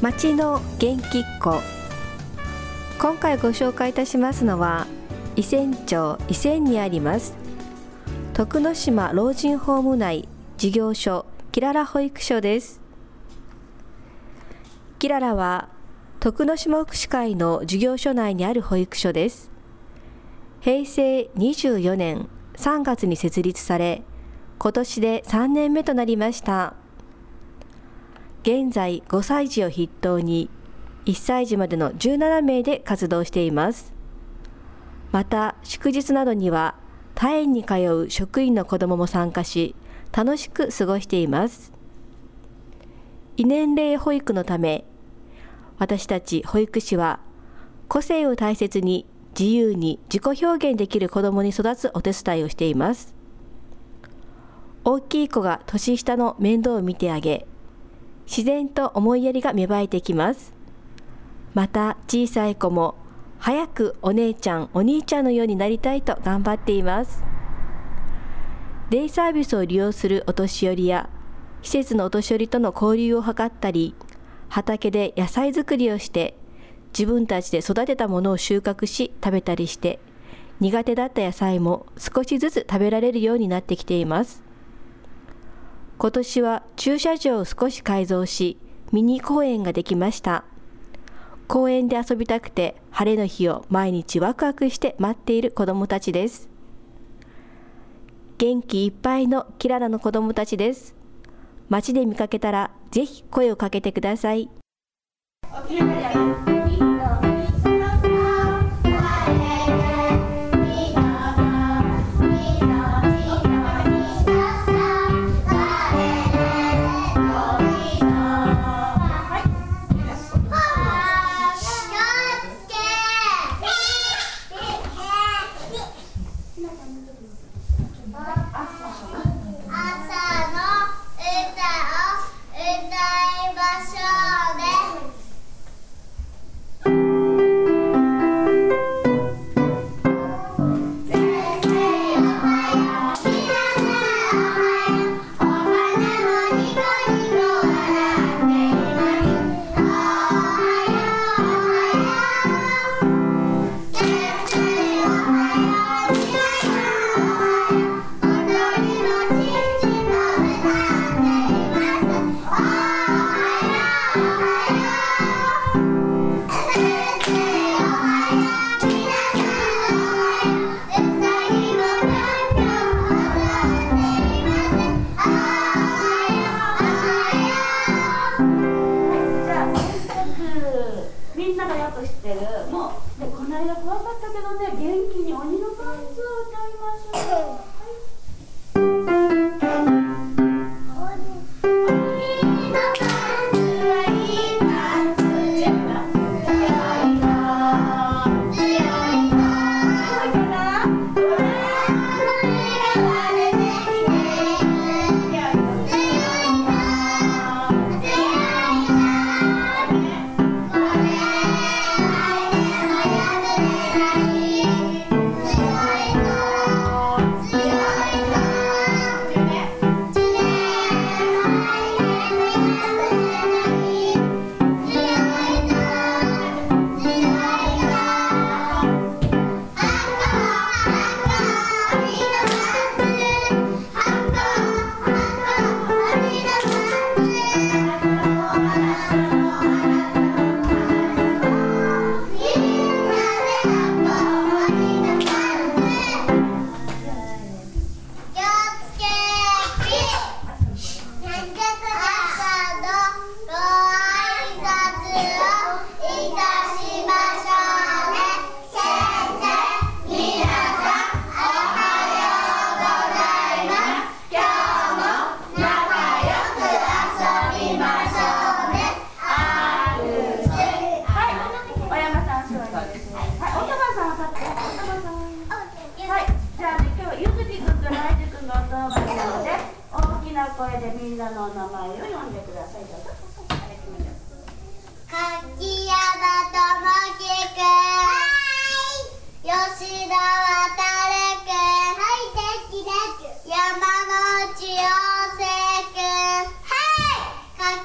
町の元気っ子今回ご紹介いたしますのは伊仙町伊仙にあります徳之島老人ホーム内事業所キララ保育所ですキララは徳之島福祉会の事業所内にある保育所です平成24年3月に設立され今年で3年目となりました現在5歳児を筆頭に1歳児までの17名で活動していますまた祝日などには他園に通う職員の子どもも参加し楽しく過ごしています異年齢保育のため私たち保育士は個性を大切に自由に自己表現できる子どもに育つお手伝いをしています大きい子が年下の面倒を見てあげ自然と思いやりが芽生えてきますまた小さい子も早くお姉ちゃんお兄ちゃんのようになりたいと頑張っていますデイサービスを利用するお年寄りや施設のお年寄りとの交流を図ったり畑で野菜作りをして自分たちで育てたものを収穫し食べたりして苦手だった野菜も少しずつ食べられるようになってきています今年は駐車場を少し改造しミニ公園ができました公園で遊びたくて晴れの日を毎日ワクワクして待っている子どもたちです元気いっぱいのキララの子どもたちです街で見かけたらぜひ声をかけてください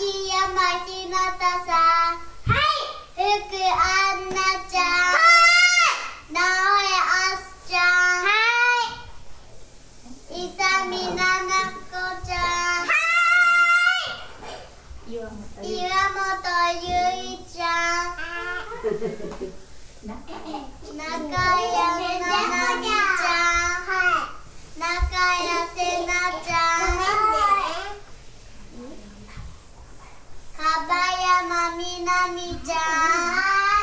山ひなたさん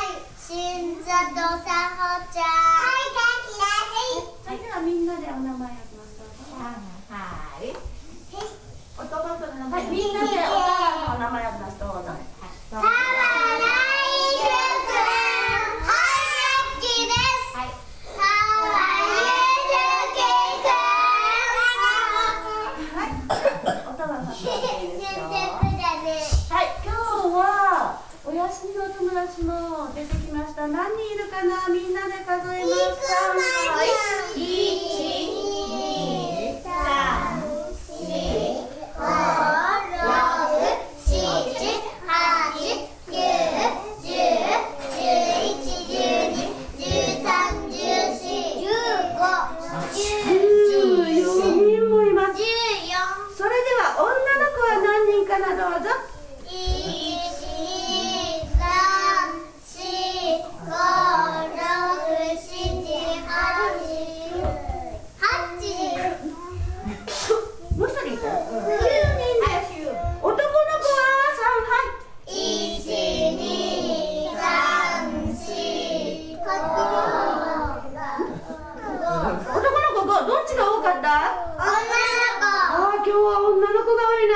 どさほちゃん。はい、ではみんなでお名前をきます。どうぞはい。お父さんの名前。みんなでお母さんの名前をきます。どうぞ。サバナイジュくん、はやきです。サバお父さんの名ユージュ前くんくん。全然プですよ。だね。はい、今日はお休みのお友達も出てきました。何人いるかな？みんなで数えました。14人もいます。それでは女の子は何人かな？どうぞ。9人です。1 2 3 4 5 6 7 8 9 10 11 12 13 14 15 16 17 18 19 20 21 22 23 24 25 26 27 28 29 30 31 32 33 34 35 36 37 38 39 40 41 42 43 44 45 46 47 48 49 50 51 52 53 54 55 56 57 58 59 60 61 62 63 64 65 66 67 68 69 70 71 72 73 74 75 76 77 78 79 80 81 82 83 84 85 86 87 88 89 90 91 92 93 94 95 96 97 98 99 100 101 102 103 104 105 106 107 108 109 110 111 112 113 114 115 116 117 118 119 120 121 122 123 124 125 126 127 128 129 130 131 132 133 134 135 136 137 138 139 140 141 142 143 144 145 146 147 148 149 150 151 152 153 154 155 156 157 158 159 160もう一人いた。うん男の子は男の子5どっちが多かったああ今日は女の子が多いな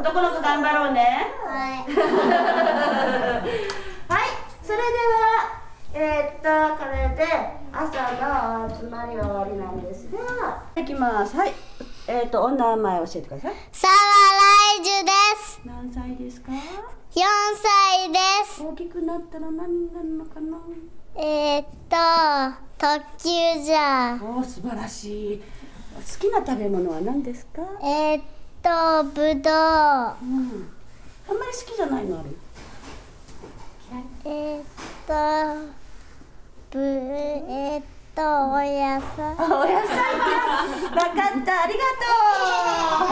男の子頑張ろうねはいそれではえーっとこれで朝の集まりは終わりなんですがいきますはいえーっとお名前教えてください4歳何歳ですかです大きくなったら何になるのかなえー、っと特急じゃおお素晴らしい好きな食べ物は何ですかえー、っとぶどううんあんまり好きじゃないのあるえー、っとぶえー、っとお野菜お野菜か。わかった、ありがとう。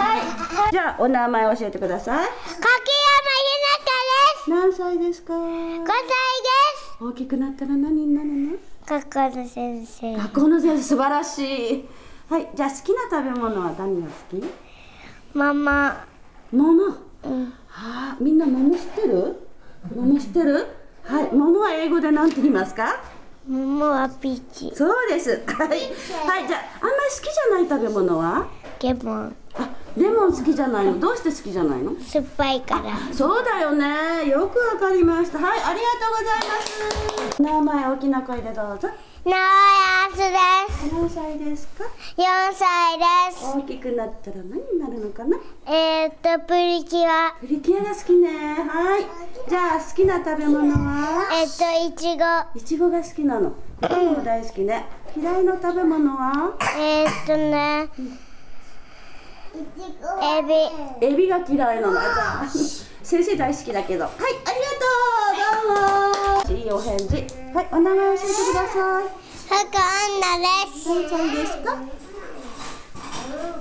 はい。じゃあお名前教えてください。柿山ゆ何歳ですか。なかです大きくなったら何になるの？ 5歳です学校の先生学校の先生素晴らしい。はい。じゃあ好きな食べ物は何が好き？ママ桃。うん。あー、みんな桃知ってる？桃知ってる？はい。桃は英語で何て言いますか？桃はピーチそうです。はい。はい。じゃああんまり好きじゃない食べ物は？レモンあ、レモン好きじゃないの。どうして好きじゃないの？酸っぱいからそうだよね。よくわかりました。はい、ありがとうございます。名前大きな声でどうぞ。名古屋です何歳ですか？ 4歳です大きくなったら何になるのかな？えー、っとプリキュアプリキュアが好きね。はい。じゃあ好きな食べ物は？えー、っといちごいちごが好きなの。いちごも大好きね。嫌いの食べ物は？えー、っとねエビエビが嫌いなの。やだ先生大好きだけど。はい、ありがとう。どうも。いいお返事。はい、お名前教えてください。福アンナです何歳ですか？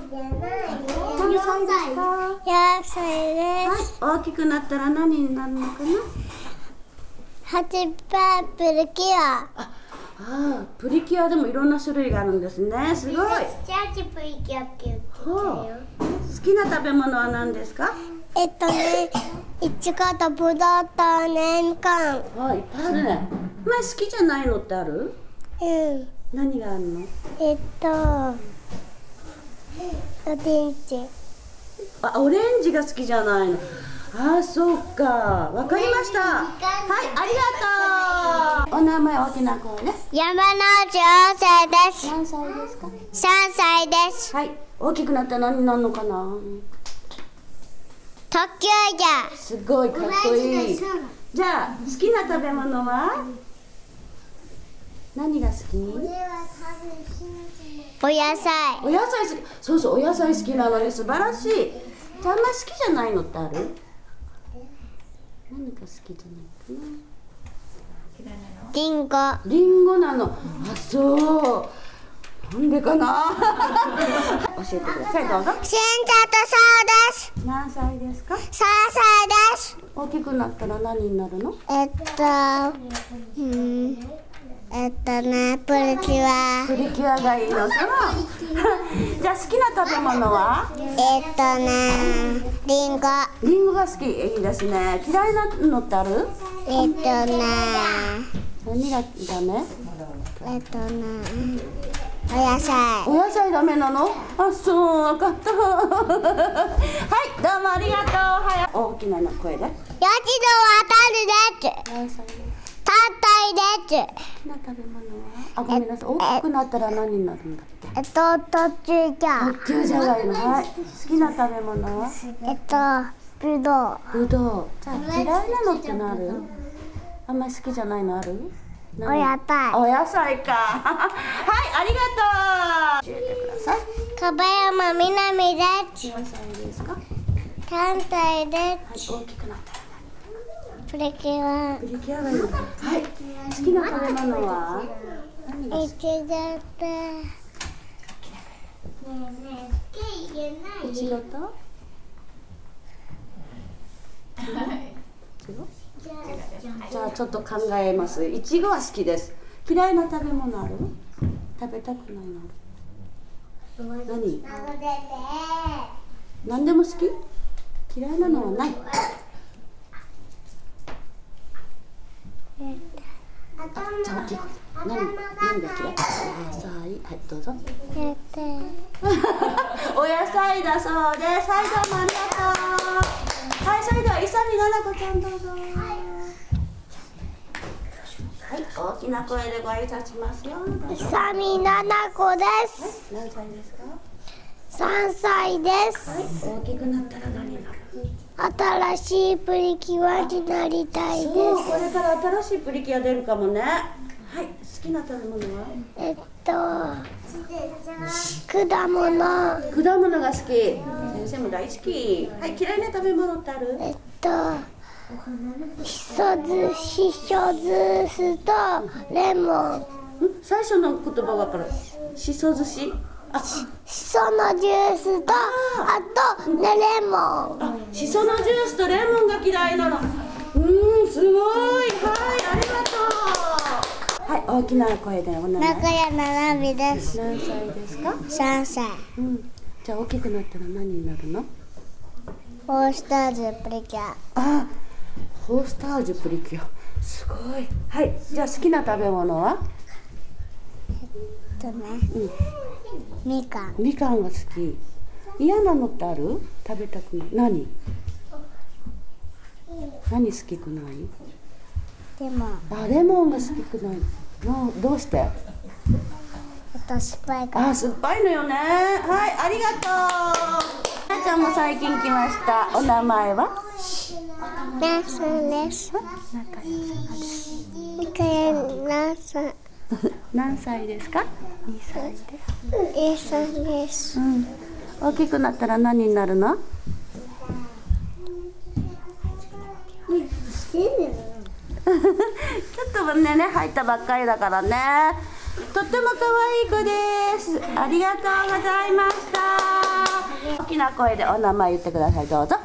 何歳ですか？ 4歳です大きくなったら何になるのかなハチパープルキュア。ああプリキュアでもいろんな種類があるんですねすごい、はちゃいチプリキュアって言ってあ、好きな食べ物は何ですかえっとね、いちごとぶどうとねみかん。ああいっぱいあるね前好きじゃないのってあるうん。何があるのえっと、おでんち。あオレンジが好きじゃないのああそうかわかりましたはいありがとうお名前大きな声です山の上歳です。何歳ですか3歳です。はい大きくなったら何になるのかな特急じゃ。すごいかっこいいじゃあ好きな食べ物は何が好きお野菜。お野菜好きそうそうお野菜好きなのに素晴らしいじゃああんま好きじゃないのってある何が好きじゃないかりんご。はなりんごなのあそうなんでか な教えてくださいどうしんちゃんぞとそうです。何歳ですか3歳です。大きくなったら何になるのえっと、うん、えっとね、プルキュア。プリキュアがいいのそう じゃあ好きな食べ物はえっとね、リンゴ。リンゴが好き、いいですね。嫌いなのってある？えっとね、何がダメえっとな、お野菜。お野菜ダメなのあそう分かった はいどうもありがとうはい大きな声吉野渡でるです。単体です。な食べ物はあごめんなさい大きくなったら何になるんだっけえっと、途中じゃ。牛じゃがいのはい好きな食べ物はえっと、ぶどう。ぶどうじゃあ嫌いなのってなるあんまり好きじゃないのあるおお野菜。お野菜か はいありがとう教えてくださいかばやまみなみです。お野菜ですかはい単体で大きくなったらす。プリキュア。出来上がりのはい好きな食べ物はえちだって。いちごとじゃあちょっと考えますいちごは好きです嫌いな食べ物ある食べたくないのある何何でも好き嫌いなのはないじゃあ大きい声何何が嫌い野菜はいどうぞやって。 お野菜だそうですはいどうもありがとうはいそれでは伊佐美奈々子ちゃんどうぞはい大きな声でご挨拶しますよどうぞさみななこです。何歳ですか三歳です。大きくなったら何になる新しいプリキュアになりたいでもうす。これから新しいプリキュア出るかもねはい好きな食べ物はえっと。果物。果物が好き先生も大好きはい嫌いな食べ物ってあるえっと。しそず、しそずすとレモン。ん最初の言葉分からんしそ寿司あしそのジュースと、あと、ね、レモン。あしそのジュースとレモンが嫌いなのうーんすごいはいありがとうはい大きな声でお名前屋ななみです。何歳ですか三歳。うんじゃあ大きくなったら何になるのオースターズプリキュア。あホースタージュプリキュアすごいはいじゃあ好きな食べ物はとね。みかん。みかんが好き嫌なのってある食べたくない何何好きくないでも、あレモンが好きくないなどうしてあとスパイが。あ、酸っぱいのよね。はい、ありがとう。あやちゃんも最近来ました。お名前は。なすです。みかやなさん。何歳ですか。えさんです。うん。大きくなったら何になるの。ちょっともね、ね、入ったばっかりだからね。とっても可愛い子です。ありがとうございました。大きな声でお名前言ってください。どうぞ。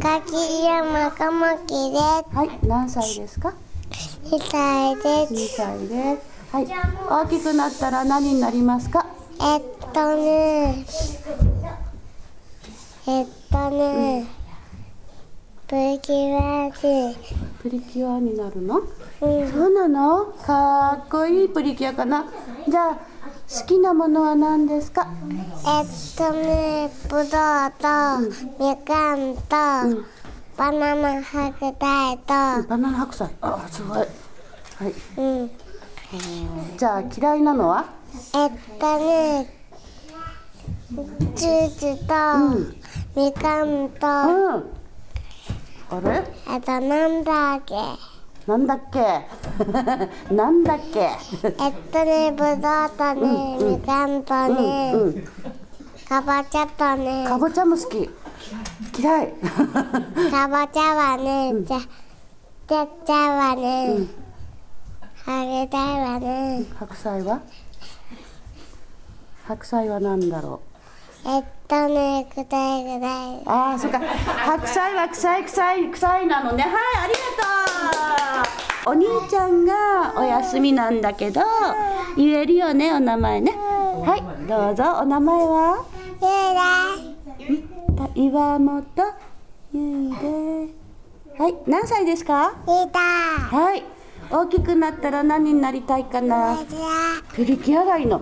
かきやまかもきではい、何歳ですか。す。二歳で2す。歳です。はい、大きくなったら何になりますか。えっとね。えっとね。プリキュアで。プリキュアになるの。うん。そうなのかっこいいプリキュアかなじゃあ好きなものは何ですかえっとね、ぶどうと、みかんと、バナナ白菜と、バナナ白菜あすごい、はい、うん、じゃあ嫌いなのはえっとね、ジュースと、みかんと、うあんあれとなんだっけ、なんだっけ なんだっけえっとね、ぶどうとね、みかんとうね、んかぼちゃとね、かぼちゃも好き嫌いかぼちゃはね、じゃ、じゃじゃはね、白菜はね、 白菜は白菜は何だろ。えっとね、くだいくだいうああそっか白菜は臭い臭い臭いなのねはいありがとうお兄ちゃんがお休みなんだけど言えるよねお名前ねはいどうぞお名前はゆうだ岩本ゆいではい何歳ですかゆいだはい大きくなったら何になりたいかなじゃプリキュアがいいの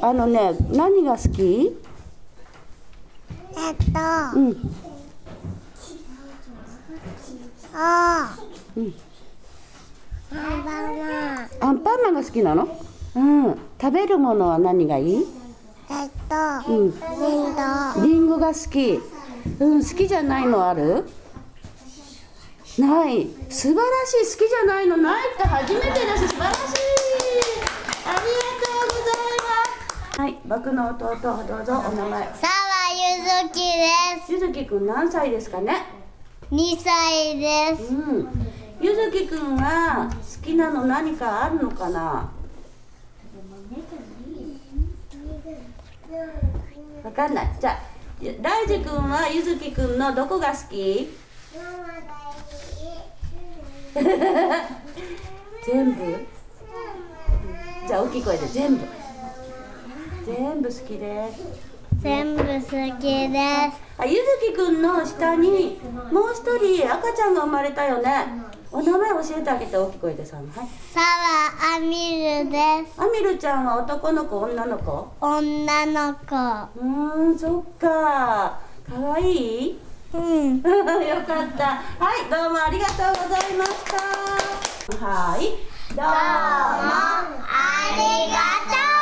あのね何が好きあ、えっと、うんあーうんアンパンマンアンパンマンが好きなのうん食べるものは何がいいえっと、うんリンドリンゴが好きうん好きじゃないのあるない素晴らしい好きじゃないのないって初めてです素晴らしいありがとうございますはい僕の弟をどうぞお名前沢ゆずきですゆずきくん何歳ですかね2歳ですうんゆずきくんは好きなの何かあるのかなわかんないじゃあ大地くんはゆずきくんのどこが好き全部じゃあ大きい声で全部全部好きです全部好きですあゆずきくんの下にもう一人赤ちゃんが生まれたよねお名前教えてあげて大きい声でさんはい沢あみるですアミルちゃんは男の子女の子女の子うーんそっかかわい いうんよかったはいどうもありがとうございましたはいどうもありがとう